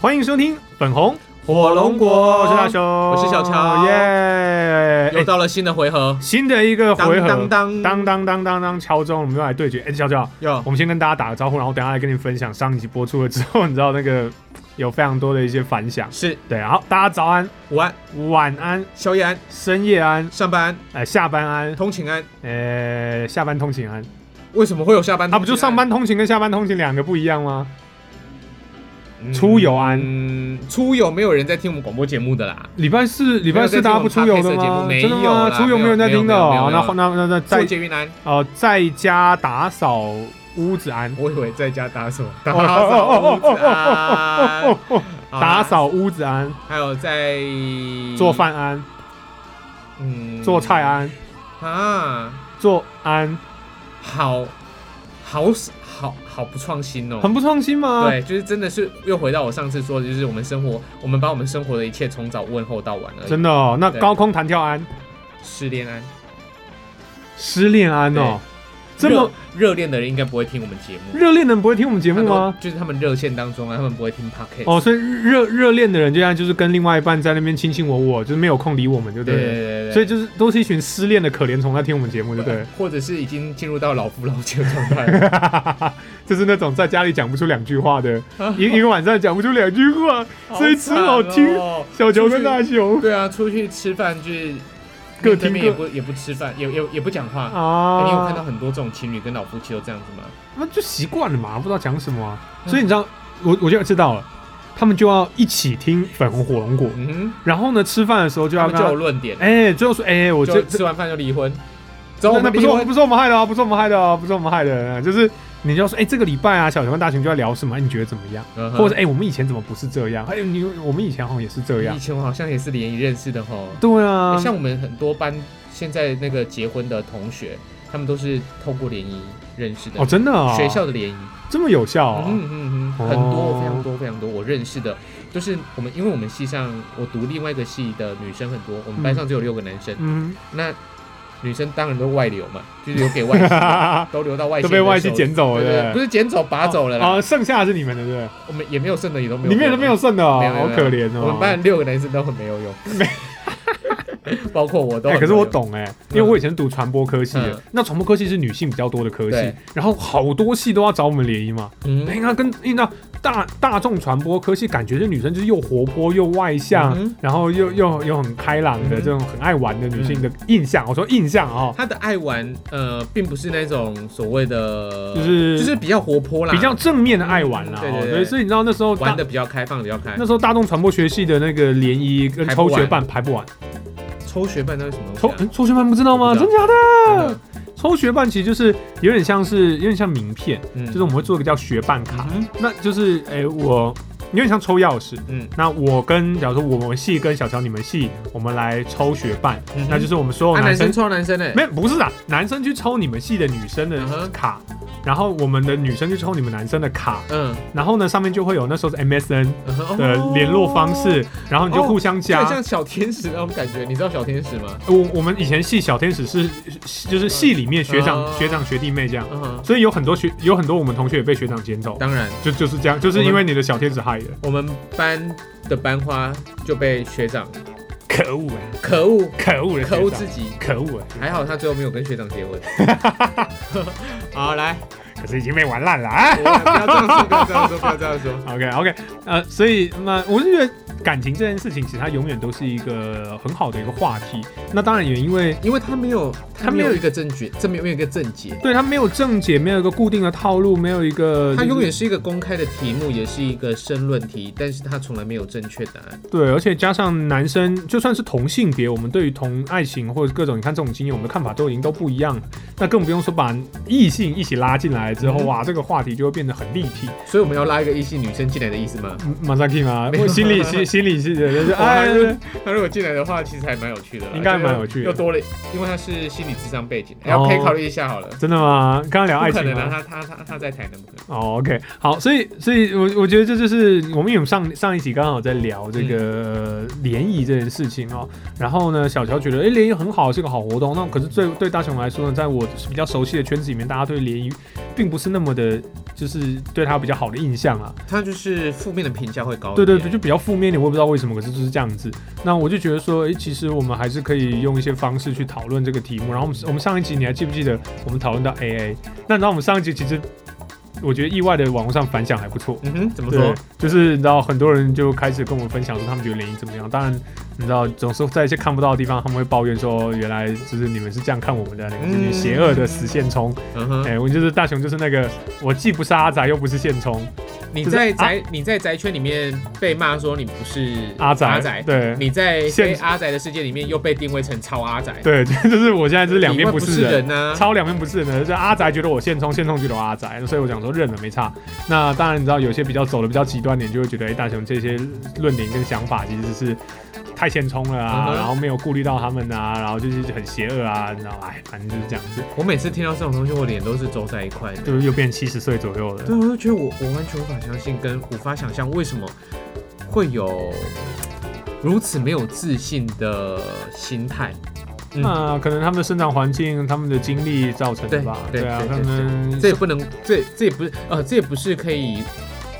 欢迎收听粉红火龙果，我是大雄，我是小乔耶！又哎到了新的回合，新的一个回合，当当当当当当当敲钟，我们又来对决。哎，小乔，哟我们先跟大家打个招呼，然后等一下来跟你分享上一集播出了之后，你知道那个有非常多的一些反响。是对，好，大家早安、午安、晚安、宵夜安、深夜安，上班安、哎，下班安，通勤安。呃，下班通勤安。为什么会有下班啊，通勤安？不就上班通勤跟下班通勤两个不一样吗？出游安嗯，出游没有人在听我们广播节目的啦。礼拜四，礼拜没有在四大家不出游的听我吗？们 podcast 的节真目的没有吗？啦出游没有人在听的没有哦。没有没有那那那那做在捷运安，呃在家打扫屋子安，我以为在家打扫， 打扫屋子安，好啦打，扫屋子安，还有在做，饭安，嗯做菜安，啊，做安，好好好好不创新哦，很不创新吗？，对，就是真的是又回到我上次说的，就是我们生活，我们把我们生活的一切从早问候到晚而已。真的哦。那对高空弹跳安，失恋啊安，失恋安哦，这么热热恋的人应该不会听我们节目，热恋的人不会听我们节节目吗？？就是他们热线当中啊，他们不会听 podcast。哦，所以热热恋的人现在就是跟另外一半在那边卿卿我我，就是没有空理我们，对不对对对？对对对，所以就是都是一群失恋的可怜虫在听我们节目，对不对对？，或者是已经进入到老夫老妻的状态了。 就是那种在家里讲不出两句话 的，一一个晚上讲不出两句话，所以只好听惨哦小球跟大出去熊对啊，出去吃饭就是各面对听面也各不也不吃饭，也也也不讲话。哎你有看到啊，很多这种情侣跟老夫妻都这样子吗？那就习惯了嘛，不知道讲什么啊、所以你知道，我我就知道了，他们就要一起听粉红火龙果，嗯哼，然后呢，吃饭的时候就他要们跟就他有论点，啊哎、最后说哎、我这就这吃完饭就离婚。走，我那那们不离是我婚们。不是我们害的啊，不是我们害的啊，不是我们害的啊、就是你就要说哎、这个礼拜啊，小熊跟大熊就要聊什么，哎你觉得怎么样？嗯哼或者哎、我们以前怎么不是这样？哎、你我们以前好像也是这样以。前我好像也是联谊认识的吼、对啊，嗯像我们很多班现在那个结婚的同学，他们都是透过联谊认识的，哦，真的啊、学校的联谊，这么有效啊、嗯嗯嗯，哦很多非常多非常多，我认识的，就是我们因为我们系上我读另外一个系的女生很多，我们班上只有六个男生，嗯，那女生当然都外流嘛，就是留给外系， 都留到外系都被外系捡走了，对对，不是是捡走拔走了啦，啊，剩下的是你们的，对不我们也没有剩的，也都没对？有，里面都没有。剩的哦，没有没有好可怜哦。我们班六个男生都很没有用，包括我都哎、很没有用。可是我懂哎、因为我以前读传播科系的，嗯那传播科系是女性比较多的科系对，然后好多系都要找我们联谊嘛。嗯，哎、那跟因为那大大众传播科系，感觉这女生就是又活泼又外向，嗯哼然后又又又很开朗的、嗯哼这种很爱玩的女性的印象。我说印象哦，他的爱玩，呃，并不是那种所谓的，就是就是比较活泼啦，比较正面的爱玩啦、哦嗯对对对所以你知道那时候大玩的比较开放，比较开那。时候大众传播学系的那个联谊跟抽学办排不完，抽学办那是什么东西抽啊？嗯嗯抽学办不知道吗？我不真知假真的的？抽学办其实就是有点像是有点像名片，嗯就是我们会做一个叫学办卡，嗯那就是哎、我有点像抽钥匙。嗯，那我跟假如说我们系跟小乔你们系，我们来抽学办，嗯哼那就是我们所有哦啊，男男生生抽男生呢？没有不是啊，男生去抽你们系的女生嗯的哼卡，然后我们的女生去抽你们男生的卡，嗯，然后呢上面就会有那时候是 MSN 嗯哼哦的联络方，式，然后你就互相就加。很像小天使那种感觉。你知道小天使吗？我我们以前系小天使是是就是系里面学长、嗯学长学弟妹这样，嗯哼，所以有很多学有很多我们同学也被学长捡走，当然，就就是这样，就是因为你的小天使害的，我们班的班花就被学长，可恶啊，可恶，可恶的可学恶长自，己。可恶啊，还好他最后没有跟学长结婚。 好，来，可是已经被玩烂了啊。我不要这样说，不要这样说，不要这样说。 OK OK，呃，所以那我是觉得感情这件事情，其实它永远都是一个很好的一个话题。那当然也因为因为他没有，他他没没有有一个正觉，这没有一个正解，对它没有正解，没有一个固定的套路，没有一个他就是永远是一个公开的题目，也是一个申论题，但是他从来没有正确答案。对，而且加上男生，就算是同性别，我们对于同爱情或者各种你看这种经验，我们的看法都已经都不一样了。那更不用说把异性一起拉进来之后，嗯哇，这个话题就会变得很立体。嗯所以我们要拉一个异性女生进来的意思吗？马萨克嘛，没有我心里心心里是就是哎，他如果进来的话，其实还蛮有趣的啦，应该蛮有趣的又多了，因为他是心理智商背景，还哦要可以考虑一下好了。真的吗？刚刚聊爱不可情能吗啊，？他他他他在台南不可能。哦，OK，好，所以所以我我觉得这就是我们有上上一集刚好在聊这个呃联谊这件事情哦。然后呢，小乔觉得哎联谊很好，是个好活动。那可是对对大雄来说呢，在我比较熟悉的圈子里面，大家对联谊并并不是那么的，就是对他比较好的印象啊。他就是负面的评价会高一对点。对对，就比较负面一点，我也不知道为什么，可是就是这样子。那我就觉得说，诶，其实我们还是可以用一些方式去讨论这个题目。然后我们我们上一集你还记不记得我们讨论到 AA？那然后我们上一集其实我觉得意外的网络上反响还不错。嗯哼，怎么对说？，就是你知道，很多人就开始跟我们分享说他们觉得联谊怎么样。当然，你知道，总是在一些看不到的地方，他们会抱怨说，原来就是你们是这样看我们的，你们是邪恶的死线虫。嗯哼，哎、我就是大雄，就是那个我既不是阿宅又不是线虫，你就是在啊宅、你在宅圈里面被骂说你不是阿宅，阿宅对你在非现阿宅的世界里面又被定位成超阿宅，对，就是我现在就是两你边会不不是人。人啊呐、超两面不是人的，就是阿宅觉得我现充，现充觉得我阿宅，所以我想说认了没差。那当然，你知道有些比较走的比较极端点，就会觉得哎、大雄这些论点跟想法其实是太现充了啊嗯哼然后没有顾虑到他们啊，然后就是很邪恶啊，你知道，哎，反正就是这样子，我每次听到这种东西，我脸都是皱在一块的。就是又变七十岁左右了对，。我就觉得我我完全无法相信，跟无法想象为什么会有如此没有自信的心态。嗯那可能他们的生长环境、他们的经历造成的吧，对对啊，对他对们这也不能，这这也不是，呃，这也不是可以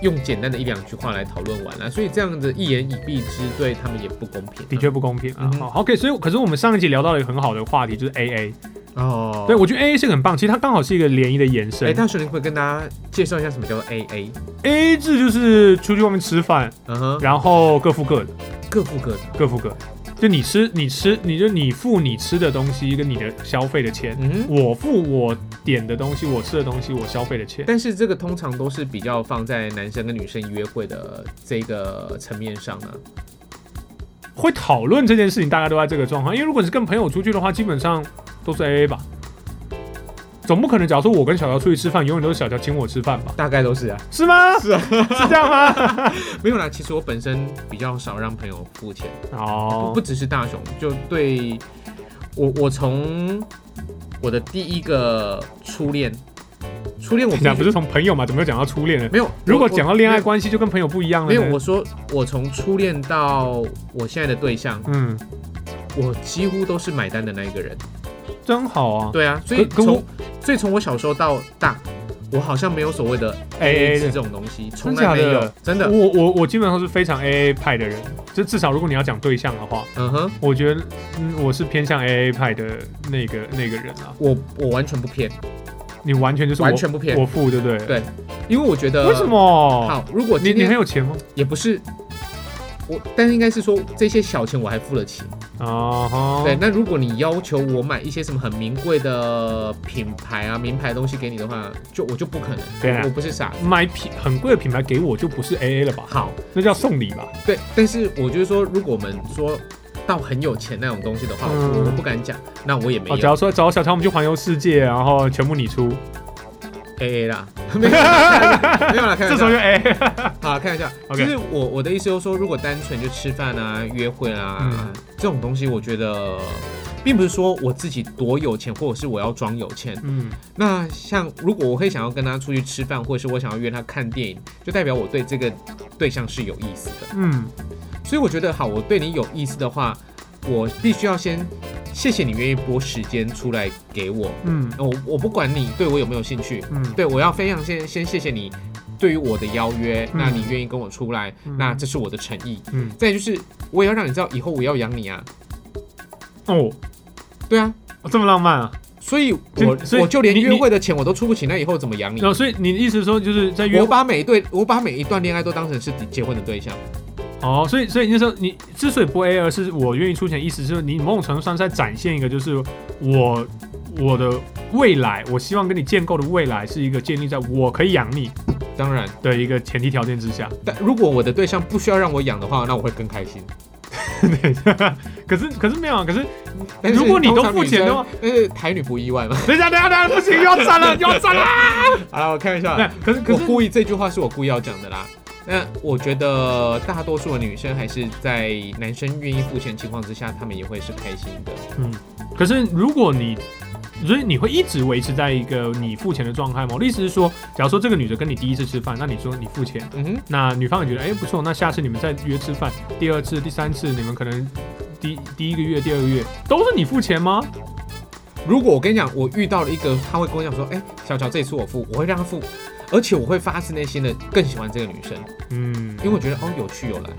用简单的一两句话来讨论完了、啊所以这样的一言以蔽之，对他们也不公平、的，确不公平啊嗯。哼好、o k 所以可是我们上一集聊到了一个很好的话题，就是 AA，哦，对我觉得 AA 是个很棒，其实它刚好是一个联谊的延伸哎，。大叔，你会跟大家介绍一下什么叫做 AA？ A 制就是出去外面吃饭，嗯哼，然后各付各的，各付各的。各付各的。就你吃，你吃，你就你付你吃的东西跟你的消费的钱，嗯哼，我付我点的东西，我吃的东西，我消费的钱。但是这个通常都是比较放在男生跟女生约会的这个层面上啊。会讨论这件事情，大家都在这个状况。因为如果你是跟朋友出去的话，基本上都是 A A 吧。总不可能，假如说我跟小乔出去吃饭，永远都是小乔请我吃饭吧？大概都是啊，是吗？是啊，是这样吗？没有啦。其实我本身比较少让朋友付钱，哦不，只是大雄，就对我，我从我的第一个初恋，初恋我讲不必须是从朋友嘛？怎么又讲到初恋呢？没有，如果我讲到恋爱，关系，就跟朋友不一样我了。没有，没有，我，说我从初恋到我现在的对象，嗯，我几乎都是买单的那一个人。真好啊。对啊，所以跟跟我从所以从我小时候到大，我好像没有所谓的 AA AA 的制这种东西，从哎真假来的没有，真的。我我我基本上是非常 A A 派的人，就至少如果你要讲对象的话，嗯哼，我觉得、嗯、我是偏向 A A 派的那个那个人啊。我我完全不骗，你完全就是我完全不骗我付，对不对？对因为我觉得为什？么？好，如果你今你天很有钱吗？也不是我，但是应该是说这些小钱我还付得起。啊哈，对，，那如果你要求我买一些什么很名贵的品牌啊、名牌的东西给你的话，就我就不可能，对啊我我不是傻。买品很贵的品牌给我就不是 A A 了吧？好，那叫送礼吧？对，但是我就是说，如果我们说到很有钱那种东西的话，嗯我我不敢讲，那我也没哦，假有如说找小乔我们去环游世界，然后全部你出， A A 啦， 没有啦没有啦，开这玩时候笑就，A。好看一下， OK 就是我我的意思就是说，如果单纯就吃饭啊、约会啊、嗯这种东西，我觉得。并不是说我自己多有钱，或者是我要装有钱，嗯，那像如果我会想要跟他出去吃饭，或者是我想要约他看电影，就代表我对这个对象是有意思的。嗯，所以我觉得，好，我对你有意思的话，我必须要先谢谢你愿意拨时间出来给我。嗯，我我不管你对我有没有兴趣，嗯，对我要非常先先谢谢你对于我的邀约，嗯那你愿意跟我出来，嗯那这是我的诚意。嗯，再来就是我也要让你知道以后我要养你啊，哦，对啊，这么浪漫啊！所以我就所以我就连你约你会的钱我都出不起，那以后怎么养你然？后所以你的意思是说就是在约我把每一对，我把每一段恋爱都当成是结婚的对象。哦，所以所以那时候你之所以不 A 二，是我愿意出钱，意思是你某种程度上是在展现一个，就是我我的未来，我希望跟你建构的未来是一个建立在我可以养你当然，的一个前提条件之下。 但如果我的对象不需要让我养的话，那我会更开心。对，可是可是没有啊，可是但是如果你都通常付钱女生的话，但是台女不 意外吗？等一下等一下等一下，不行，又要站了，又要站了。好了，我开玩笑那啦。可是可我是故意这句话是我故意要讲的啦。那我觉得大多数的女生还是在男生愿意付钱的情况之下，她们也会是开心的。可是如果你。所以你会一直维持在一个你付钱的状态吗？我的意思是说，假如说这个女的跟你第一次吃饭，那你说你付钱，嗯哼，那女方也觉得，哎、不错，那下次你们再约吃饭，第二次、第三次，你们可能第第一个月、第二个月都是你付钱吗？如果我跟你讲，我遇到了一个，他会跟我讲说，哎、小乔这一次我付，我会让他付，而且我会发自内心的更喜欢这个女生，嗯因为我觉得哦有趣有来，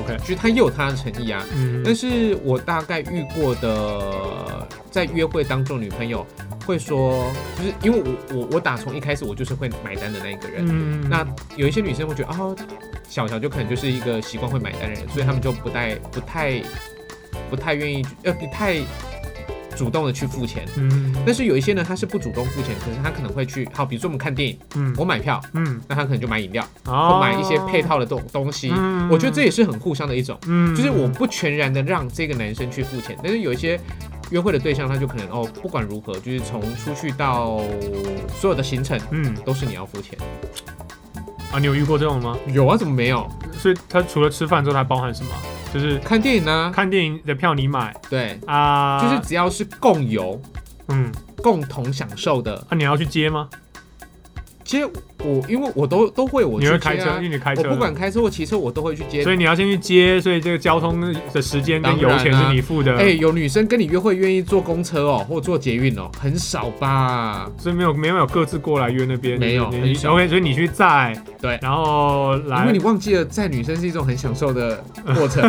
，OK，就是她也有她的诚意啊。嗯，但是我大概遇过的，在约会当中，女朋友会说，就是因为我我我打从一开始我就是会买单的那一个人，嗯那有一些女生会觉得哦，小乔就可能就是一个习惯会买单的人，所以他们就不太不太不太愿意呃不太主动的去付钱。嗯，但是有一些呢，他是不主动付钱，可是他可能会去好，比如说我们看电影，嗯我买票，嗯，那他可能就买饮料，哦或买一些配，套的东东西。嗯我觉得这也是很互相的一种，嗯就是我不全然的让这个男生去付钱，但是有一些。约会的对象，他就可能哦，不管如何，就是从出去到所有的行程嗯都是你要付钱。啊，你有遇过这种吗？有啊，怎么没有？所以它除了吃饭之后，它还包含什么？就是看电影呢、看电影的票你买对，啊，就是只要是共游、嗯，啊共同享受的，那你要去接吗？其实我因为我都都会我去你会接开车，啊因为，你开车我的，不管开车或骑车，我都会去接所。以你要先去接，所以这个交通的时间跟油钱是你付的，哎、有女生跟你约会愿意坐公车哦，或坐捷运哦，很少吧？所以没有没有各自过来约那边，没有你很你少 OK，所以你去载，对然后因来为你忘记了，在女生是一种很享受的 过程，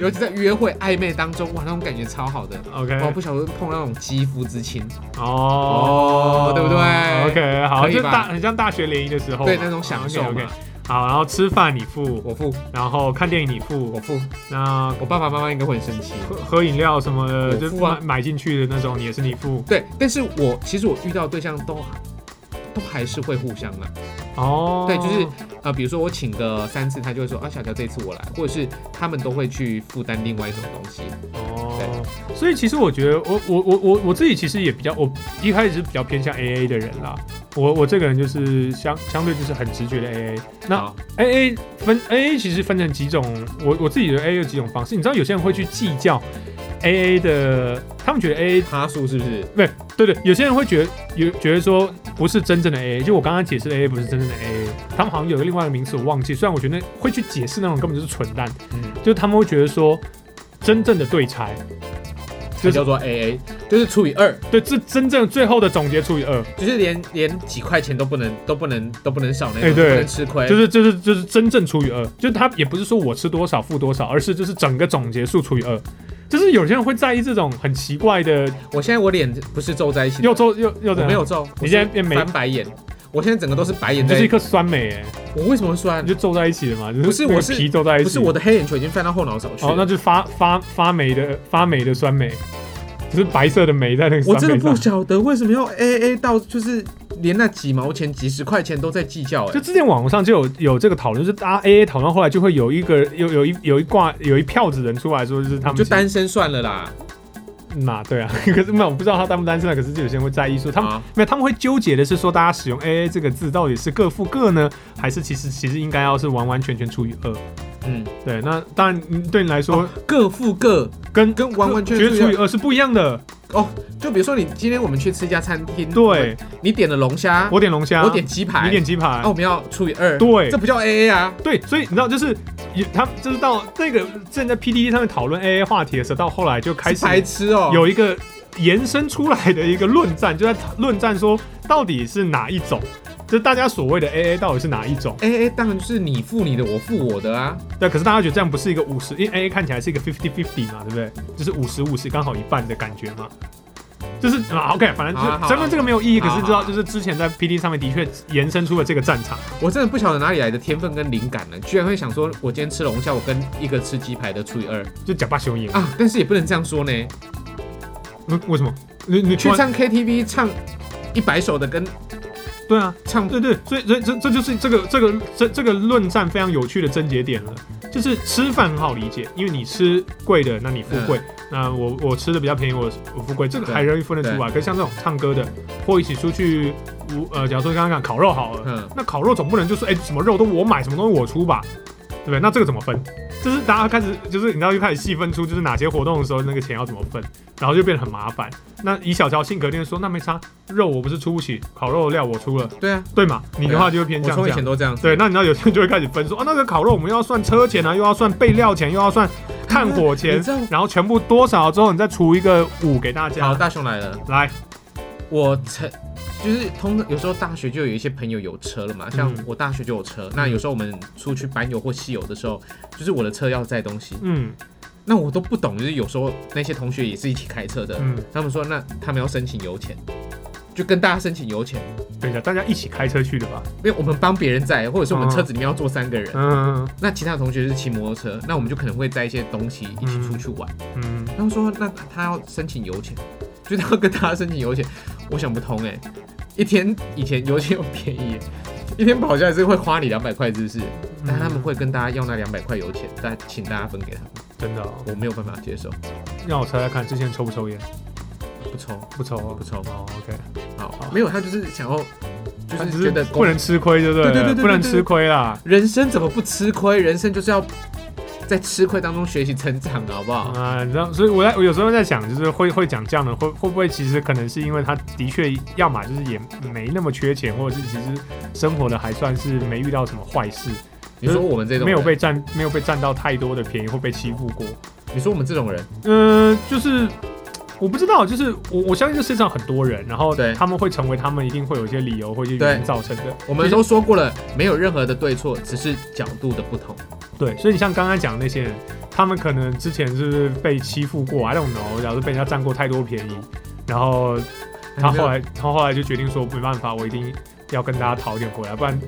尤其在约会暧昧当中，哇，那种感觉超好的。哇， OK 不小心碰到那种肌肤之亲，哦哦对不对？OK，好，可以就吧大很像大学联谊的时候嘛，对那种享受 o k o。嘛 k 好，然后吃饭你付，我付，然后看电影你我付，付，那我爸爸妈妈应该会很生气。喝喝饮料什么的，我就付啊买买进去的那种也是你付对，但是我其实我遇到对象都都还是会互相啊，哦。对，就是呃，比如说我请个三次，他就会说啊，小乔这次我来，或者是他们都会去负担另外一种东西。哦，所以其实我觉得我我我我我自己其实也比较，我一开始是比较偏向 A A 的人啦。我我这个人就是相相对就是很直觉的 A A。那好 A A 分 A A 其实分成几种，我我自己的 A A 有几种方式。你知道有些人会去计较 A A 的，他们觉得 A A 趴数是不是？对对，有些人会觉得有觉得说不是真正的 A A，就我刚刚解释的 A A 不是真正的 A A，他们好像有另外一个名词我忘记。虽然我觉得那会去解释那种根本就是蠢蛋，嗯，就是他们会觉得说真正的对拆。就叫做 AA，就是除以二，对，这真正最后的总结除以二，就是连连几块钱都不能都不能都不能少那哎种，对不能吃亏。就是就是就是真正除以二，就是他也不是说我吃多少付多少，而是就是整个总结数除以二。就是有些人会在意这种很奇怪的，我现在我脸不是皱在一起的，又皱又又我怎没样有，皱，你我现在是变没翻白眼，我现在整个都是白眼你就在是一。颗酸梅、欸，我为什么会酸你？就皱在一起了嘛，就是不是那个我是皮皱在一起，不是我的黑眼球已经翻到后脑勺去哦，了那。就发发发霉的发霉的酸梅，就是白色的霉在那个酸我梅上。真的不晓得为什么要 A A 到就是连那几毛钱、几十块钱都在计较、就哎，之前网络上就有有这个讨论，就是大家 A A 讨论，后来就会有一个有有一有一挂有一票子人出来说，就是他们就其实单身算了啦。嘛，对啊， 可是没有，我不知道他单不单身啊。可是就有些人会在意说，他们、啊没有，他们会纠结的是说，大家使用 “A A” 这个字到底是各付各呢，还是其实其实应该要是完完全全除以二？嗯，对，那当然嗯对你来说，哦各付各。跟跟完完全觉全得除以二是不一样的。哦就比如说你今天我们去吃一家餐厅，对，你点了龙虾，我点龙虾，我点鸡排，你点鸡排，啊，我们要除以二，对这不叫 A A 啊。对，所以你知道，就是也他就是到那个正在 P D D 上面讨论 A A 话题的时候，到后来就开始白痴哦、有一个延伸出来的一个论战，就在讨论战说到底是哪一种，就是大家所谓的 A A 到底是哪一种。 A A，当然就是你付你的，我付我的啊。对，可是大家觉得这样不是一个五十，因为 A A 看起来是一个 fifty fifty 嘛，对不对？就是五十五十刚好一半的感觉嘛。就是啊，OK，反正好啊就好啊争论这个没有意义，可好啊是知道好啊就是之前在 P D 上面的确延伸出了这个战场。我真的不晓得哪里来的天分跟灵感呢，居然会想说，我今天吃龙虾，我跟一个吃鸡排的除以二就假巴雄赢啊？啊。但是也不能这样说呢，嗯为什么？你你突去然唱 K T V 唱一百首的跟对啊，唱对对，所以所以这这就是这个这个这这个论战非常有趣的症结点了。就是吃饭很好理解，因为你吃贵的，那你付贵；那我我吃的比较便宜，我我付贵，这个对还容易分得出来。可是像这种唱歌的，或一起出去，我呃，假如说刚刚讲烤肉好了，嗯那烤肉总不能就说，哎、什么肉都我买，什么东西我出吧，对不对？那这个怎么分？就是哎大家开始，就是你知道，就开始细分出，就是哪些活动的时候那个钱要怎么分，然后就变得很麻烦。那以小乔性格定说，那没差，肉我不是出不起，烤肉的料我出了，对啊，对嘛？你的话就会偏我向这从以样前。都这样子。哦对，那你知道有些人就会开始分说，啊，那个烤肉我们又要算车钱啊，又要算备料钱，又要算炭火 你钱知道，然后全部多少之后，你再除一个五给大好，家。大雄来了。来，我曾就是通常有时候大学就有一些朋友有车了嘛，像嗯我大学就有车。那有时候我们出去班游或西游的时候，就是我的车要载东西，嗯那我都不懂。就是有时候那些同学也是一起开车的，嗯，他们说那他们要申请油钱，就跟大家申请油钱，等一下，大家一起开车去的吧。因为我们帮别人载，或者是我们嗯车子里面要坐三个人，嗯那其他同学是骑摩托车，那我们就可能会载一些东西一起出去玩。嗯，他们说那他要申请油钱，就他要跟大家申请油钱，我想不通哎、一天以前油钱又便宜欸、一天跑下来是会花你两百块，是不是？嗯但他们会跟大家要那两百块油钱，但请大家分给他们，真的哦，我没有办法接受，让我猜猜看，之前抽不抽烟？不抽不抽哦，不抽。哦，OK，好好，没有他就是想要，就他只是觉是得不能吃亏，对不对对对对对不能吃亏啦。人生怎么不吃亏？人生就是要在吃亏当中学习成长的，好不好？啊，你知道，所以我在我有时候在想，就是会会讲这样的，会会不会其实可能是因为他的确，要么就是也没那么缺钱，或者是其实生活的还算是没遇到什么坏事，你说我们这种没有人被，占没有被占到太多的便宜或被欺负过。你说我们这种人，嗯，就是我不知道，就是我我相信这世界上很多人，然后对他们会成为他们一定会有一些理由或一些原因对造成的。我们都说过了，没有任何的对错，只是角度的不同。对，所以你像刚刚讲的那些人，他们可能之前是被欺负过，I don't know，然后被人家占过太多便宜，然后他后嗯来他后来就决定说没办法，我一定要跟大家讨一点回来，不然。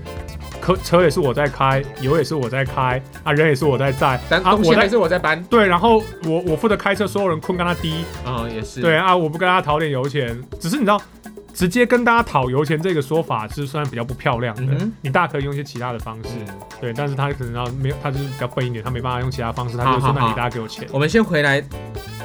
可车也是我在开，油也是我在开啊，人也是我在载但啊，东西我还在是我在搬对，然后我我负责开车，所有人困跟他低，啊、也是对啊，我不跟大家讨点油钱，只是你知道，直接跟大家讨油钱这个说法是虽然比较不漂亮的，嗯哼你大可以用一些其他的方式，嗯对，但是他可能要没有，他就是比较笨一点，他没办法用其他方式，他好就说好那你好大家给我钱我们先回来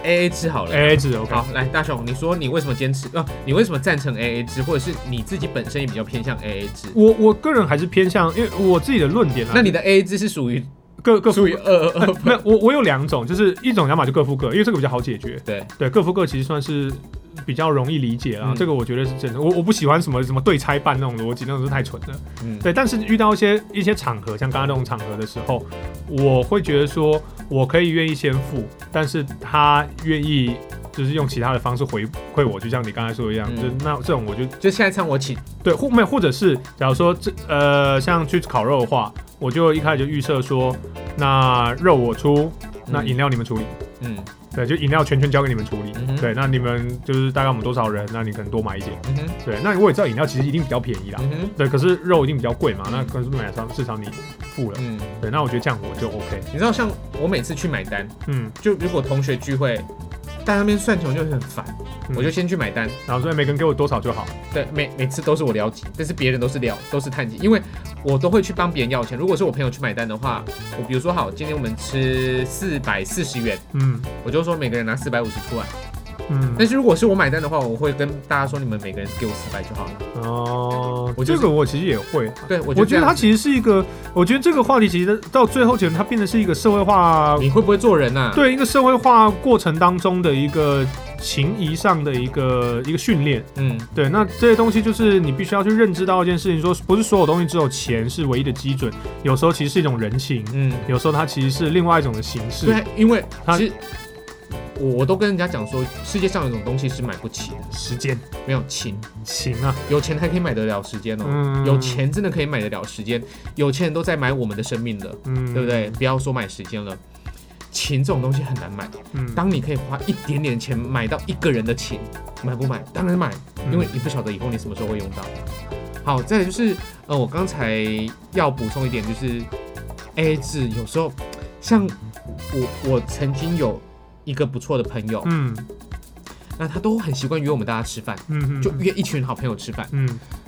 A A 制好了。 ，A A 制 OK，好，来大雄，你说你为什么坚持？啊，你为什么赞成 A A 制，或者是你自己本身也比较偏向 A A 制？我我个人还是偏向，因为我自己的论点啊，那你的 A A 制是属于 各各属于二二二 没分？有，我我有两种，就是一种要么就各付各，因为这个比较好解决，对，对，各付各其实算是。比较容易理解啦，嗯这个我觉得是真的。我我不喜欢什么什么对拆办那种逻辑，那种是太蠢了。嗯，对，但是遇到一些一些场合，像刚刚那种场合的时候，我会觉得说，我可以愿意先付，但是他愿意就是用其他的方式回馈我，就像你刚才说的一样，嗯就那这种我就就下一餐我请。对，或没有或者是假如说这呃，像去烤肉的话，我就一开始就预设说，那肉我出，那嗯饮料你们处理。嗯对，就饮料全权交给你们处理。嗯哼对，那你们就是大概我们多少人，那你可能多买一点。嗯哼对，那我也知道饮料其实一定比较便宜啦。嗯哼对，可是肉一定比较贵嘛，那嗯可是买上市场你付了，嗯，对，那我觉得这样我就 OK，你知道像我每次去买单，嗯，就如果同学聚会，在那边算钱我就很烦，嗯我就先去买单。然后说哎每个人给我多少就好，对，每每次都是我撩急，但是别人都是撩，都是探急，因为我都会去帮别人要钱。如果是我朋友去买单的话，我比如说好，今天我们吃四百四十元，嗯我就说每个人拿四百五十出来。但嗯，是如果是我买单的话，我会跟大家说，你们每个人给我四百就好了。哦，我就这是个我其实也会啊，对，我我觉觉得得它其实是一个，我觉得这个话题其实到最后，其实它变得是一个社会化，你会不会做人呐、啊？，对一个社会化过程当中的一个情谊上的一个一个训练，嗯对，那这些东西就是你必须要去认知到一件事情，说不是所有东西只有钱是唯一的基准，有时候其实是一种人情，嗯，有时候它其实是另外一种的形式。对，因为他其实我我都跟人家讲说，世界上有种东西是买不起的，时间没有情，行啊，有钱还可以买得了时间哦。嗯，有，钱真的可以买得了时间，有钱人都在买我们的生命的。嗯对不对？？不要说买时间了，情这种东西很难买。嗯，当你可以花一点点钱买到一个人的情，买不买？当然买，嗯因为你不晓得以后你什么时候会用到。好，再来就是，呃，我刚才要补充一点，就是 A A 制有时候，像我我曾经有一个不错的朋友，嗯那他都很习惯约我们大家吃饭，嗯嗯，就约一群好朋友吃饭。嗯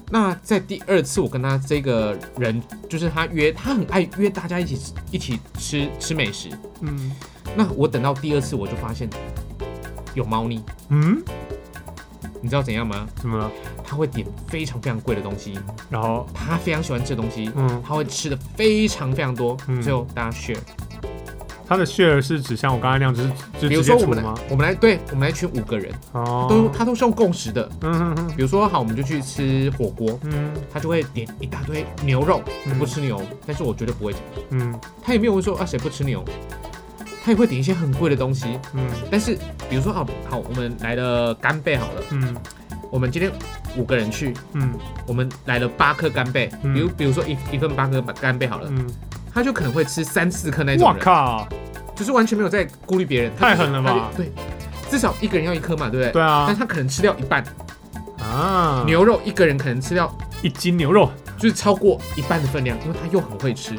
那在第二次我跟他这个人，就是他约，他很爱约大家一起一起吃吃美食，嗯那我等到第二次，我就发现有猫腻，嗯，你知道怎样吗？怎么了？他会点非常非常贵的东西，然后他非常喜欢吃的东西，嗯，他会吃的非常非常多，嗯最后大家 share。它的 share 是指像我刚才那样，就是就直比如接说我出们吗来？，我们来，对，我们来群五个人，哦，都他都是用共识的。嗯嗯比如说好，我们就去吃火锅，嗯他就会点一大堆牛肉，我嗯不吃牛，但是我绝对不会点。嗯他也没有问说啊谁不吃牛，他也会点一些很贵的东西。嗯但是比如说哦，好，我们来了干贝好了，嗯我们今天五个人去，嗯我们来了八颗干贝，嗯比如比如说一一份八颗干贝好了，嗯，他就可能会吃三四颗那种哇人，靠，就是完全没有在顾虑别人，太狠了他就吧？对，至少一个人要一颗嘛，对不对？对但啊他可能吃掉一半，啊，牛肉一个人可能吃掉一斤牛肉，就是超过一半的分量，因为他又很会吃。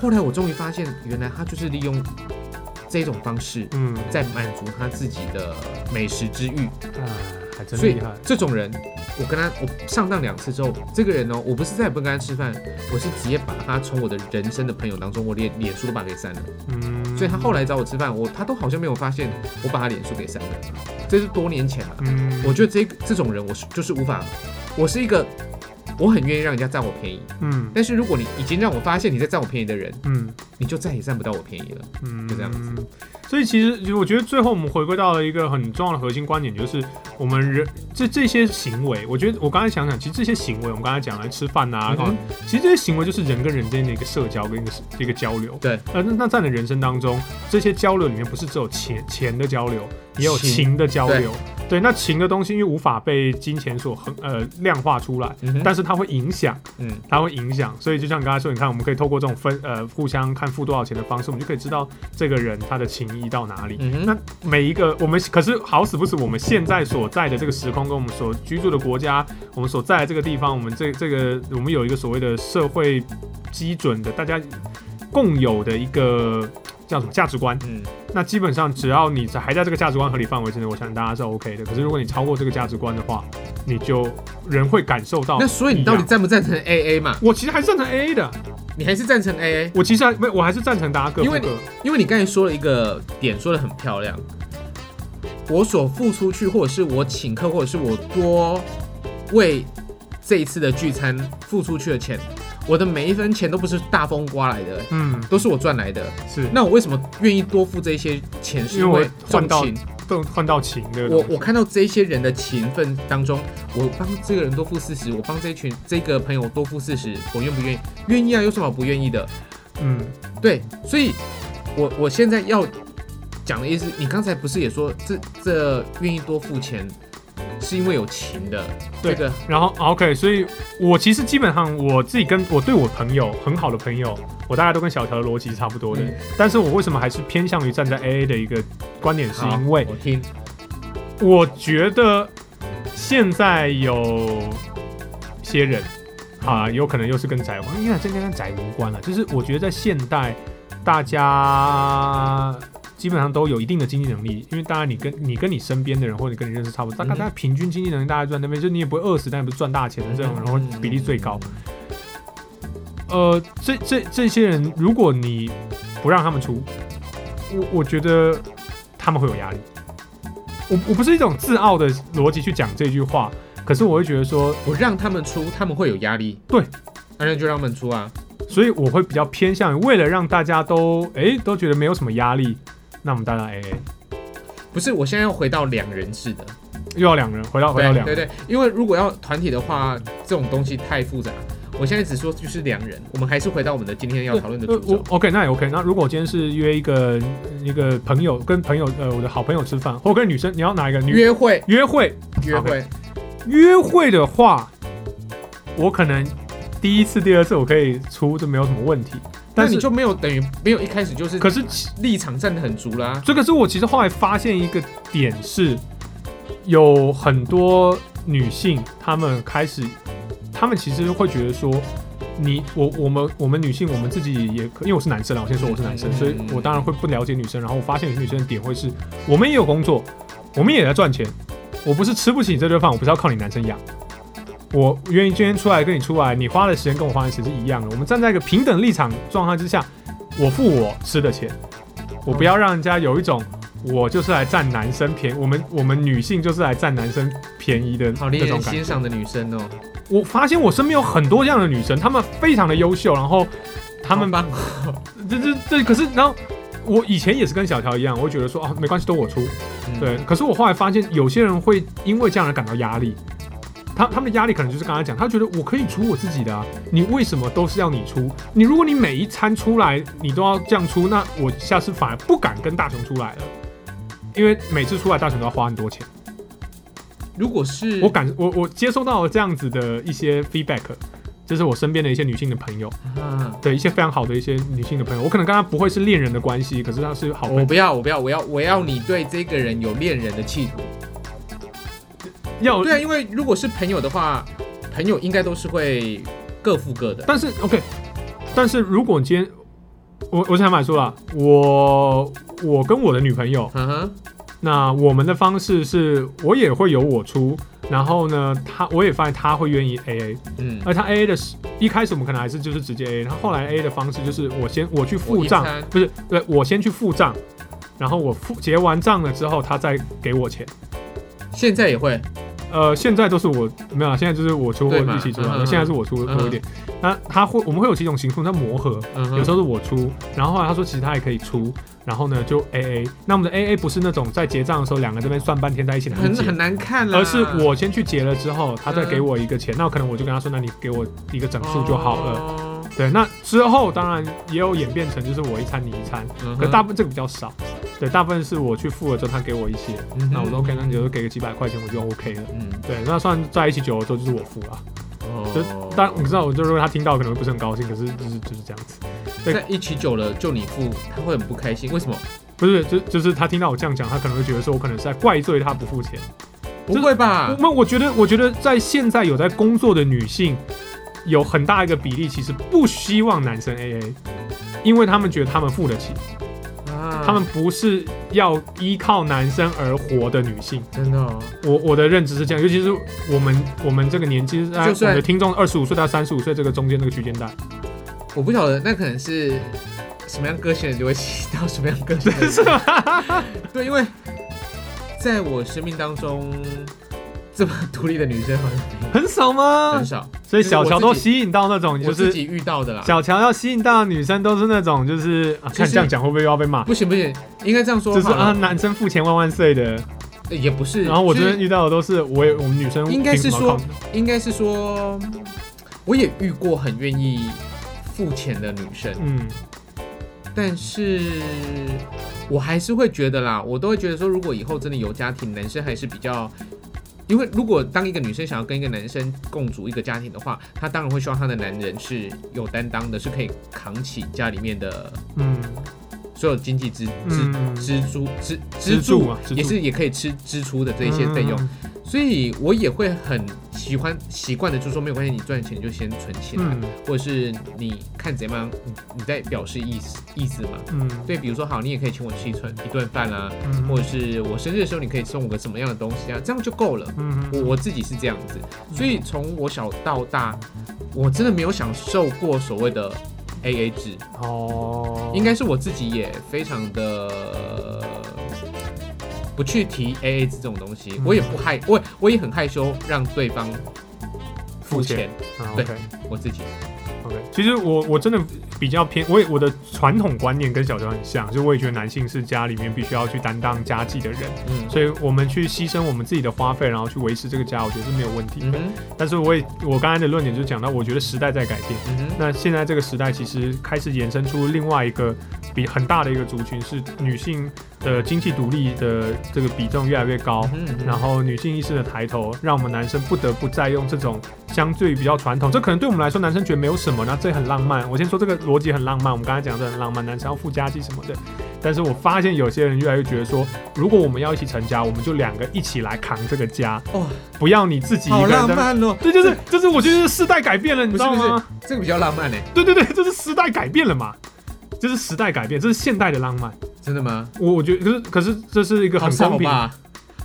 后来我终于发现，原来他就是利用这种方式嗯在满足他自己的美食之欲。啊，还真所以厉害，这种人，我跟他我上当两次之后，这个人呢、我不是再也不跟他吃饭，我是直接把他从我的人生的朋友当中，我脸脸书都把他给删了。嗯，所以他后来找我吃饭，我他都好像没有发现我把他脸书给删了，这是多年前了、嗯，我觉得这这种人，我是就是无法，我是一个我很愿意让人家占我便宜，嗯但是如果你已经让我发现你在占我便宜的人，嗯你就再也占不到我便宜了。嗯，就这样子。所以其实其实我觉得最后我们回归到了一个很重要的核心观点，就是我们人这这些行为，我觉得我刚才想想，其实这些行为，我们刚才讲来吃饭啊，嗯干嘛哼其实这些行为就是人跟人之间的一个社交跟一个一个交流。对，呃，那那在你的人生当中，这些交流里面不是只有钱钱的交流，也有情情的交流。对，那情的东西因为无法被金钱所衡呃量化出来，嗯哼，但是它会影响，嗯，它会影响。所以就像你刚才说，你看，我们可以透过这种分呃互相看付多少钱的方式，我们就可以知道这个人他的情谊到哪里。嗯哼，那每一个我们可是好死不死，我们现在所在的这个时空，跟我们所居住的国家，我们所在的这个地方，我们这这个我们有一个所谓的社会基准的，大家共有的一个叫什么价值观。嗯，那基本上只要你在还在这个价值观合理范围之内，我相信大家是 OK 的。可是如果你超过这个价值观的话，你就人会感受到。那所以你到底？赞不赞成 AA 嘛？我其实还是赞成 A A 的，你还是赞成 AA，我其实还没，我还是赞成大家各付因为各。因为你刚才说了一个点，说的很漂亮。我所付出去，或者是我请客，或者是我多为这一次的聚餐付出去的钱，我的每一分钱都不是大风刮来的，嗯，都是我赚来的。是，那我为什么愿意多付这些钱？是因为因我为赚重到情。都换到情的。我我看到这些人的勤奋当中，我帮这个人多付四十，我帮这一群这个朋友多付四十，我愿不愿意？愿意啊，有什么好不愿意的？嗯对，所以我我现在要讲的意思，你刚才不是也说这这愿意多付钱，是因为有情的对这个然后啊 OK，所以我其实基本上我自己跟我对我朋友很好的朋友，我大概都跟小乔的逻辑是差不多的。嗯但是我为什么还是偏向于站在 AA 的一个观点，是好因为我听我觉得现在有些人啊，有可能又是跟宅无关，因为这跟宅无关了。就是我觉得在现代，大家基本上都有一定的经济能力，因为当然你跟你跟你身边的人或者跟你认识差不多，大概嗯大家平均经济能力大概赚那边，就是你也不会饿死，但也不是赚大钱的这种，然后比例最高。呃，这这这些人，如果你不让他们出，我我觉得他们会有压力。我我不是一种自傲的逻辑去讲这句话，可是我会觉得说，我让他们出，他们会有压力。对，那就让他们出啊。所以我会比较偏向于为了让大家都诶都觉得没有什么压力，那我们当然 AA 不是，我现在要回到两人制的。又要两人，回哦到回到对两对人，对，因为如果要团体的话，这种东西太复杂。我现在只说就是两人，我们还是回到我们的今天要讨论的主呃我轴。 OK，那也 OK。那如果我今天是约一个一个朋友，跟朋友呃我的好朋友吃饭，或跟女生，你要哪一个女约会，约会？约会，约会的话，我可能第一次、第二次我可以出，这没有什么问题。但但你是就没有等于没有一开始就是可是立场站得很足啦。这个是我其实后来发现一个点是，有很多女性她们开始，她们其实会觉得说，你我我们我们女性我们自己也可，因为我是男生啦，我先说我是男生，嗯所以我当然会不了解女生。然后我发现有些女生的点会是，我们也有工作，我们也在赚钱，我不是吃不起这顿饭，我不是要靠你男生养。我愿意今天出来跟你出来，你花的时间跟我花的时间是一样的。我们站在一个平等立场状态之下，我付我吃的钱，我不要让人家有一种我就是来占男生便宜，我们我们女性就是来占男生便宜的那好令种人感觉。欣赏的女生哦，我发现我身边有很多这样的女生，她们非常的优秀，然后她们吧，这这这可是然后。我以前也是跟小乔一样，我会觉得说啊，没关系，都我出。嗯对，，可是我后来发现，有些人会因为这样而感到压力，他他们的压力可能就是刚才讲，他觉得我可以出我自己的啊，你为什么都是要你出？你如果你每一餐出来你都要这样出，那我下次反而不敢跟大雄出来了，因为每次出来大雄都要花很多钱。如果是我感我我接收到了这样子的一些 feedback，就是我身边的一些女性的朋友，啊，对一些非常好的一些女性的朋友，我可能跟她不会是恋人的关系，可是她是好朋我友。不要，我不要，我要，我要你对这个人有恋人的企图。要对啊，因为如果是朋友的话，朋友应该都是会各付各的。但是 OK，但是如果今天我我想买说了，我我跟我的女朋友，嗯哼，那我们的方式是我也会由我出，然后呢，她我也发现她会愿意 AA，嗯，而她 AA 的是一开始我们可能还是就是直接 AA，然后后来 AA 的方式就是我先我去付账我一餐，不是对我先去付账。然后我付结完账了之后，她再给我钱。现在也会，呃，现在都是我没有啦，现在就是我出或对嘛一起出嘛嗯嗯嗯现在是我出嗯多一点。那他会我们会有几种形式，那磨合，嗯哼，有时候是我出，然后后来他说其实他也可以出，然后呢就 A A。那我们的 A A 不是那种在结账的时候两个这边算半天在一起两个很很结，难看啊啦。嗯而是我先去结了之后，他再给我一个钱，那可能我就跟他说，那你给我一个整数就好了。了。对，那之后当然也有演变成就是我一餐你一餐，嗯哼可大部分这个比较少。对，大部分是我去付了之后，他给我一些，嗯哼那我说 OK，那你就给个几百块钱，我就 OK 了。嗯，对，那算在一起久了之后就是我付了。就哦当然你知道，我就如果他听到可能会不是很高兴，可是就是就是这样子。对在一起久了就你付，他会很不开心。为什么？不是，就就是他听到我这样讲，他可能会觉得说我可能是在怪罪他不付钱。不会吧？那、我觉得，我觉得在现在有在工作的女性，有很大一个比例其实不希望男生 AA，因为他们觉得他们付得起，啊他们不是要依靠男生而活的女性。真的哦，我我的认知是这样，尤其是我们我们这个年纪，在就我算的听众二十五岁到三十五岁这个中间这个区间带，我不晓得，那可能是什么样个性的人就会吸引到什么样个性的人。是吗？对，因为在我生命当中，这么独立的女生好像没很少有吗很？少，所以小乔就是我都自己吸引到那种啊就我是自己遇到的啦。小强要吸引到的女生都是那种，就是、啊、就看是这样讲会不会又要被骂？不行不行，应该这样说就是好啊，了，男生付钱万万岁的。呃也不是。然后我这就边是遇到的都是我也我们女生应该是凭什么说抗应该是说，我也遇过很愿意付钱的女生，嗯，但是我还是会觉得啦，我都会觉得说，如果以后真的有家庭，男生还是比较。因为如果当一个女生想要跟一个男生共组一个家庭的话，她当然会希望她的男人是有担当的，是可以扛起家里面的嗯所有经济支支嗯，支出支支支柱柱啊支柱嗯也是也可以支支出的这一些费用，所以我也会很喜欢习惯的，就是说没有关系，你赚钱就先存起来，嗯或者是你看怎么样，你你在表示意思意思嘛。嗯对，比如说好，你也可以请我吃一顿一顿饭啊，嗯或者是我生日的时候，你可以送我个什么样的东西啊，这样就够了。嗯我我自己是这样子，所以从我小到大，我真的没有享受过所谓的 A A 制，哦，应该是我自己也非常的不去提 A A 制这种东西，嗯我也不害我我也很害羞让对方付钱，啊对 OK 我自己 OK。其实我我真的比较偏，我也我的传统观念跟小乔很像，就我也觉得男性是家里面必须要去担当家计的人，嗯所以我们去牺牲我们自己的花费，然后去维持这个家，我觉得是没有问题的。嗯哼但是我也我刚才的论点就讲到，我觉得时代在改变。嗯哼那现在这个时代其实开始衍生出另外一个比很大的一个族群，是女性的经济独立的这个比重越来越高嗯，哼嗯哼然后女性意识的抬头，让我们男生不得不再用这种相对比较传统，这可能对我们来说男生觉得没有什么，那这很浪漫。我先说这个逻辑很浪漫，我们刚才讲的很浪漫，男生要附加剂什么的。但是我发现有些人越来越觉得说，如果我们要一起成家，我们就两个一起来扛这个家，哇不要你自己一好个人浪在那。漫哦，对，就是就是，我觉得是世代改变了，你知道不是不吗是？这个比较浪漫呢，欸对对对，这是时代改变了嘛，这是时代改变，这是现代的浪漫。真的吗？我我觉得，可是可是这是一个好很少公平。吧，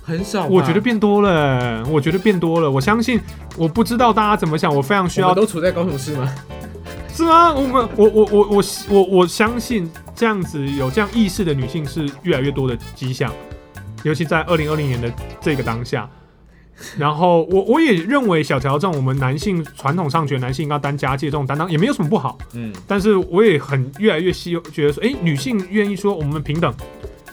很少吧，我觉得变多了，我觉得变多了。我相信，我不知道大家怎么想。我非常需我要们，都处在高雄市吗？是吗？我们我我我我我我相信这样子有这样意识的女性是越来越多的迹象，尤其在二零二零年的这个当下。然后我我也认为小乔这种我们男性传统上觉得男性应该担家界这种担当也没有什么不好，嗯，但是我也很越来越希觉得说，哎、女性愿意说我们平等，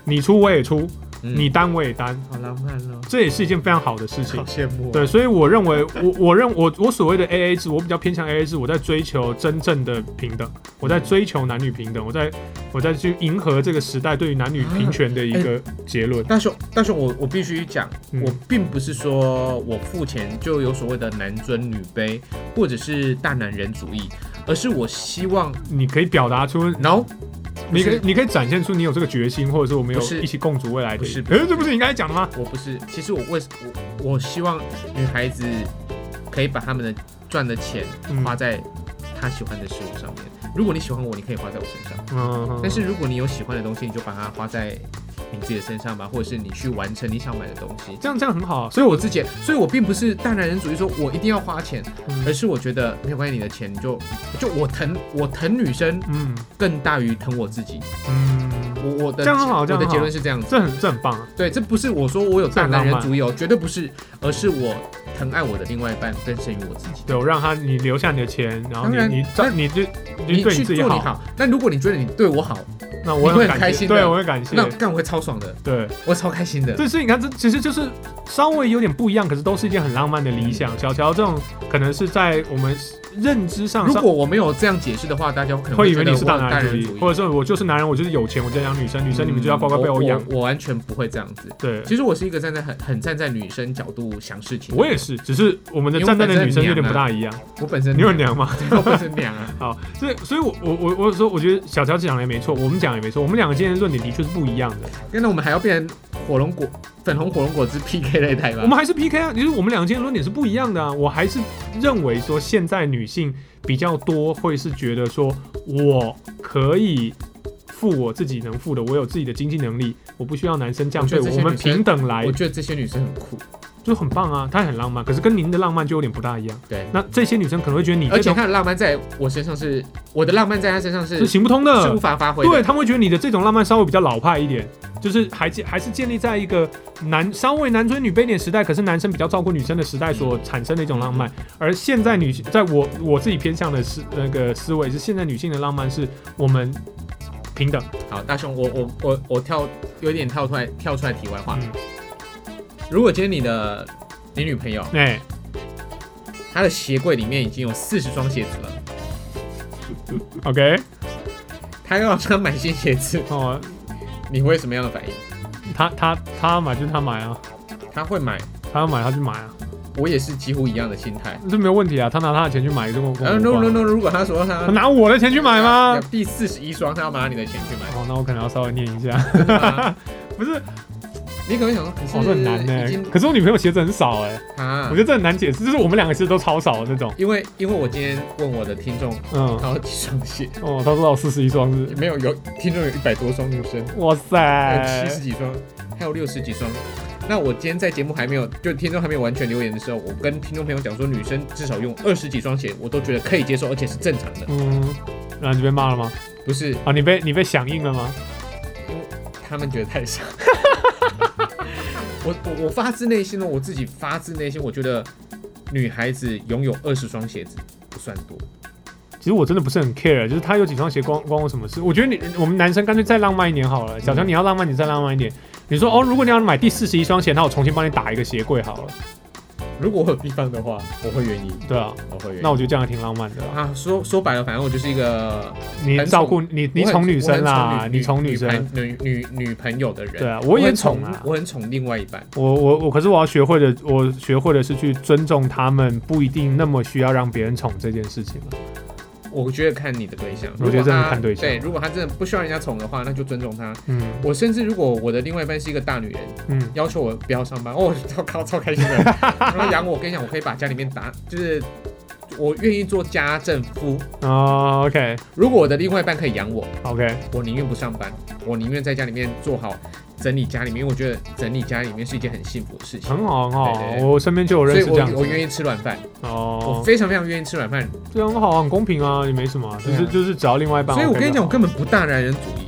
你出我也出，嗯你担我也担，好浪漫哦，这也是一件非常好啊的事情好。羡慕、哦。对，所以我认为， 我我认我我所谓的 A A 制，我比较偏向 A A 制，我在追求真正的平等，我在追求男女平等，我在我在去迎合这个时代对于男女平权的一个嗯结论。大雄，大雄，我我必须讲，嗯我并不是说我付钱就有所谓的男尊女卑，或者是大男人主义，而是我希望你可以表达出， ，no，你可不以是你可以展现出你有这个决心，或者是我们有不是一起共筑未来的。不是不哎，这不是你刚才讲的吗？我不是。其实我为我我希望女孩子可以把她们的赚的钱嗯花在她喜欢的事物上面。如果你喜欢我，你可以花在我身上；嗯，但是如果你有喜欢的东西，你就把它花在你自己的身上吧，或者是你去完成你想买的东西。这样这样很好啊。所以我自己，所以我并不是大男人主义，说我一定要花钱，嗯而是我觉得没有关系，你的钱就就我疼我疼女生嗯更大于疼我自己，嗯，我我的这样很好这我样很的好结论是这样子，这很这很棒啊。对，这不是我说我有大这很浪男漫人主义哦，绝对不是，而是我疼爱我的另外一半更胜于我自己。对，我让他你留下你的钱，然后当然你你那你就你对去自做己你好，好，那如果你觉得你对我好，那我你很会很感开谢，心的对，我会感谢。那干我会超爽的，对，我会超开心的。这是你看，这其实就是稍微有点不一样，可是都是一件很浪漫的理想。小乔这种可能是在我们认知上，如果我没有这样解释的话，大家可能会以觉为得你是大我男人嗯人主义，或者说我就是男人，我就是有钱，我就养女生，女生你们就要乖乖被我我养。我我完全不会这样子。对，其实我是一个站在很很站在女生角度想事情的人，我也是，只是我们的站在的女生有点不大一样。我本身你有娘吗？ 我本身娘啊，好，所以所以我，我我我说，我觉得小乔讲的也没错，我们讲的也没错，我们两个今天的论点的确是不一样的。真的我们还要变成火龙果粉红火龙果汁 PK 擂台我吧？们还是 PK 啊，就是我们两个今天的论点是不一样的啊。我还是认为说，现在女性比较多会是觉得说，我可以付我自己能付的，我有自己的经济能力，我不需要男生这样我觉对得我，这些我们女生平等来我，觉得这些女生很酷，就很棒啊，她很浪漫。可是跟您的浪漫就有点不大一样。对那这些女生可能会觉得你而这且种她的浪漫在我身上是我的浪漫在她身上是是行不通是的无，法发挥的。对，他们会觉得你的这种浪漫稍微比较老派一点，就是还建还是建立在一个男稍微男尊女卑点时代，可是男生比较照顾女生的时代所产生的一种浪漫。而现在女性，在我我自己偏向的思那个思维是，现在女性的浪漫是我们平等，好，大雄，我我我我跳有点跳出来跳出来题外话。嗯如果今天你的你女朋友哎、她的鞋柜里面已经有四十双鞋子了， o k 她要想买新鞋子， 哦，你会什么样的反应？他他他买就他买啊，她会买，他要买他就买啊，我也是几乎一样的心态。这没有问题啊，他拿他的钱去买，这个我然后 no no no，如果她说她哦他拿我的钱去买吗？第四十一双，她要拿你的钱去买。哦，那我可能要稍微念一下，不是，你可能会想说，可是哦，这很难呢、已经可是我女朋友鞋子很少哎、啊我觉，得这很难解释，就是我们两个其实都超少的那种。因为因为我今天问我的听众，嗯，他有几双鞋，哦，他说到四十一双是，没有有听众有一百多双女生，哇还有塞呃七十，几双，还有六十几双。那我今天在节目还没有，就听众还没有完全留言的时候，我跟听众朋友讲说，女生至少用二十几双鞋，我都觉得可以接受，而且是正常的，嗯，然后你被骂了吗？不是啊，你被你被响应了吗？他们觉得太少。我我我发自内心的，我自己发自内心，我觉得女孩子拥有二十双鞋子不算多。其实我真的不是很 care，就是他有几双鞋关关我什么事？我觉得你我们男生干脆再浪漫一点好嗯了。小强，你要浪漫，你再浪漫一点。你说哦，如果你要买第四十一双鞋，那我重新帮你打一个鞋柜好了。如果我有地方的话，我会愿意，对啊，我会愿意。那我觉得这样还挺浪漫的啊。啊，说说白了，反正我就是一个你很照宠顾你你我很宠女生我啦，很你宠女女生，朋女女女朋友的人。对啊，我我也很宠宠啊，我很宠另外一半。我我我，可是我要学会的，我学会的是去尊重他们，不一定那么需要让别人宠这件事情了。我觉得看你的对象，我觉得如果他真的看对象对，如果他真的不需要人家宠的话，那就尊重他。嗯我甚至如果我的另外一半是一个大女人，嗯，要求我不要上班，哦， 我超超超开心 的。然后养我，跟你讲，我可以把家里面打，就是我愿意做家政夫。哦，OK 如果我的另外一半可以养我， OK，我宁愿不上班，我宁愿在家里面做好整理家里面，因为我觉得整理家里面是一件很幸福的事情。很好很好对，对对我身边就有所认以识这样我我子愿意吃软饭，的我哦，非常非常愿意吃软饭。这样很好啊，很公平啊，也没什么啊，就对是啊就是只要另外一半所以 OK 就好，我跟你讲，我根本不大男人主义，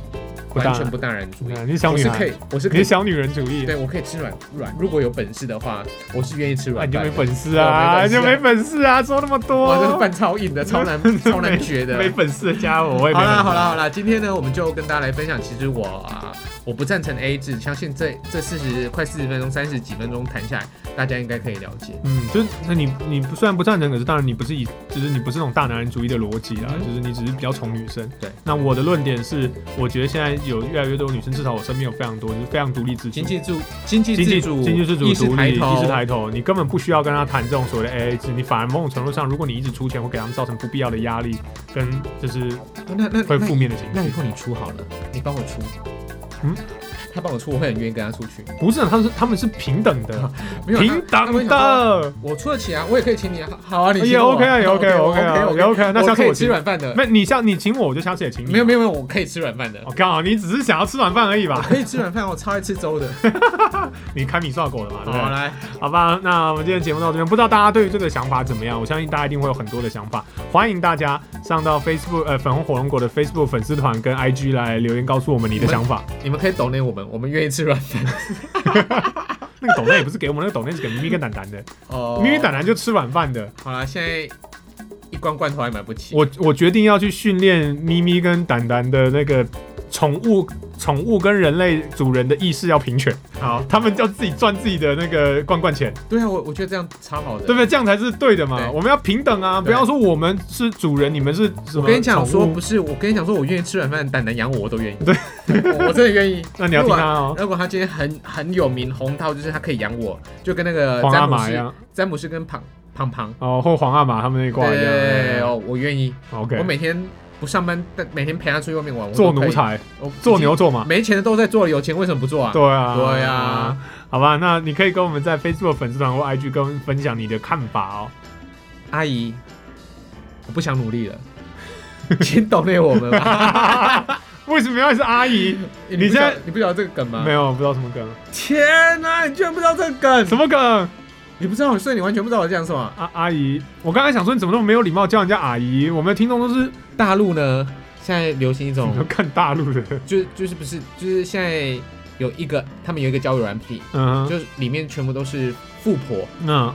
不大完全不大男人主义对。啊你是小我女是孩可，以，我是你可以是，小女人主义，对我可以吃软软，如果有本事的话，我是愿意吃啊，软你就饭没的。本事啊，我你就没没本事啊本事啊，说那么多，哇，这个饭 超硬的，超难超难学的。没本事的家伙，我也没本啊好啦事好啦好啦，今天呢，我们就跟大家来分享，其实我啊、我不赞成 A 制，相信这这四十快四十分钟、三十几分钟谈下来，大家应该可以了解。嗯，就是那你你不虽然不赞成，可是当然你不是以就是你不是那种大男人主义的逻辑啦，嗯就是你只是比较宠女生。对，那我的论点是，我觉得现在有越来越多的女生，至少我身边有非常多，就是非常独立自主经。济自经济经济自主、经济自主意识独抬立、头、意识抬头，你根本不需要跟他谈这种所谓的 AA 制，你反而某种程度上，如果你一直出钱，会给他们造成不必要的压力，跟就是那那会负那面的情那以绪。后你出好了，你帮我出。嗯，他帮我出，我会很愿意跟他出去。不是，啊他们是他们是平等的，啊没有平他他会等想说的，我出得起啊，我也可以请你啊。好啊，你请也我 OK 啊，也 OK，也 OK 啊，我也 OK 啊。那下次可以我吃请，软饭的。那你下你请我，我就下次也请你。没有没有没有，我可以吃软饭的。 我哦刚好你只是想要吃软饭而已我 吧？可以吃软饭，我超爱吃粥的。你开米刷狗了嘛？对不好对？来，好啊吧，哦那我们今天节目到这边，不知道大家对于这个想法怎么样？我相信大家一定会有很多的想法，欢迎大家上到 Facebook 呃粉红火龙果的 Facebook 粉丝团跟 IG 来留言告诉我们你的想法。你们可以抖内我们，我们愿意吃软饭。那个抖内也不是给我们，那个抖内是给咪咪跟蛋蛋 的， 哦咪咪蛋蛋就吃软饭的。好啦，现在一罐罐头还买不起。我我决定要去训练咪咪跟蛋蛋的那个宠物宠物跟人类主人的意识要平权，好，他们要自己赚自己的那个罐罐钱。对啊，我我觉得这样超好的。对不对？这样才是对的嘛！对我们要平等啊，不对要说我们是主人，你们是什么？我跟你讲说宠物不是，我跟你讲说，我愿意吃软饭，胆能养我我都愿意。对， 我真的愿意。那你要听他哦，如果他今天很很有名红到，就是他可以养我，就跟那个皇阿呃詹姆玛一斯样詹姆斯跟胖胖胖，哦，或皇阿玛他们那一挂一样。哎对，哦，我愿意， OK，我每天不上班，但每天陪他出去外面玩，我做都可奴以，才，我做牛，做马。 没钱的都在做了，有钱为什么不做啊？对啊，对啊，好吧，那你可以跟我们在 Facebook 粉丝团或 IG 跟我们分享你的看法哦。阿姨，我不想努力了， 请懂内我们吧。为什么要是阿 姨？你你不现在晓你不晓得这个梗吗？没有，不知道什么梗，天哪、你居然不知道这个什梗！么梗？你不知道，所以你完全不知道我在讲什么。阿阿姨，我刚才想说你怎么那么没有礼貌，叫人家阿姨？我们的听众都是大陆呢，现在流行一种要， 看大陆的，就就是不是，就是现在有一个，他们有一个交友软体，嗯哼，嗯就是里面全部都是富婆，那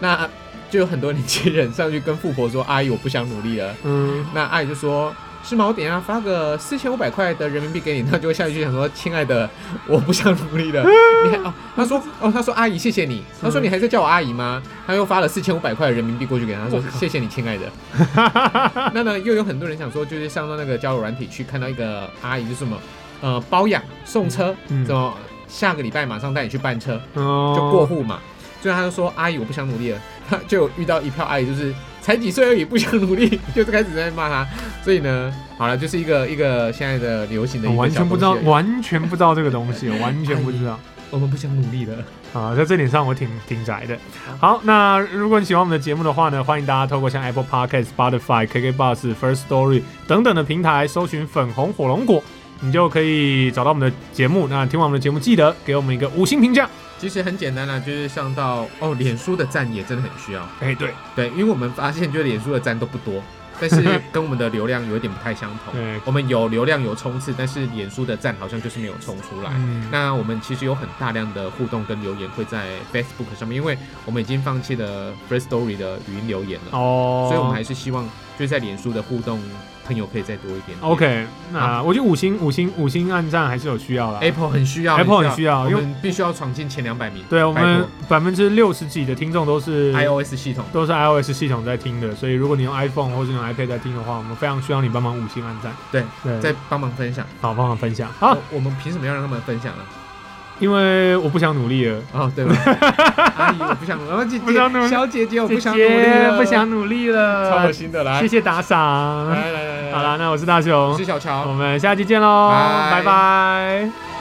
那就有很多年轻人上去跟富婆说：“阿姨，我不想努力了。嗯”那阿姨就说。是吗？我等一下发个四千五百块的人民币给你，那就会下一句想说：“亲爱的，我不想努力了。” 你还哦，他说哦，他说阿姨谢谢你，他说嗯你还在叫我阿姨吗？他又发了四千五百块的人民币过去给他，他说谢谢你，亲爱的。 那呢，又有很多人想说，就是上到那个交友软体去看到一个阿姨，就是什么呃包养送车，嗯什么下个礼拜马上带你去办车，哦，就过户嘛。所以他就说：“阿姨，我不想努力了。” 他就有遇到一票阿姨，就是才几岁而已，不想努力， 就开始在骂他。所以呢，好了，就是一个一个现在的流行的一我哦个完全不知道，小东西而已完全不知道这个东西，我完全不知哎道我们不想努力了。啊，在这点上我挺挺宅的。好，那如果你喜欢我们的节目的话呢，欢迎大家透过像 Apple Podcast、Spotify、KK Bus、First Story 等等的平台搜寻“粉红火龙果”，你就可以找到我们的节目。那听完我们的节目，记得给我们一个五星评价。其实很简单啦，就是上到哦，脸书的赞也真的很需要。哎，对，对，因为我们发现，就是脸书的赞都不多，但是跟我们的流量有一点不太相同。对，我们有流量有冲刺，但是脸书的赞好像就是没有冲出来。嗯，那我们其实有很大量的互动跟留言会在 Facebook 上面，因为我们已经放弃了 First Story 的语音留言了，哦，所以我们还是希望就是在脸书的互动朋友可以再多一点 OK。那我觉得五星、五星、五星暗赞还是有需要啦。啊 Apple 很需要 Apple 很需要我因为们必须要闯进前两百名。对我们拜百分之六十几的听众都是 iOS 系统，都是 iOS 系统在听的，所以如果你用 iPhone 或者用 iPad 在听的话，我们非常需要你帮忙五星按赞，对，对，再帮忙分享。好帮忙分享。好，我我们凭什么要让他们分享啊？因为我不想努力了，哦， 对吧？阿姨，我不想，哦，姐 不想努力姐，小姐姐，我不想努姐力姐了，不想努力超了恶，心的，来谢，谢打赏。来来来来，好啦，那我是大我雄是，小乔我，们下期见喽，拜拜拜。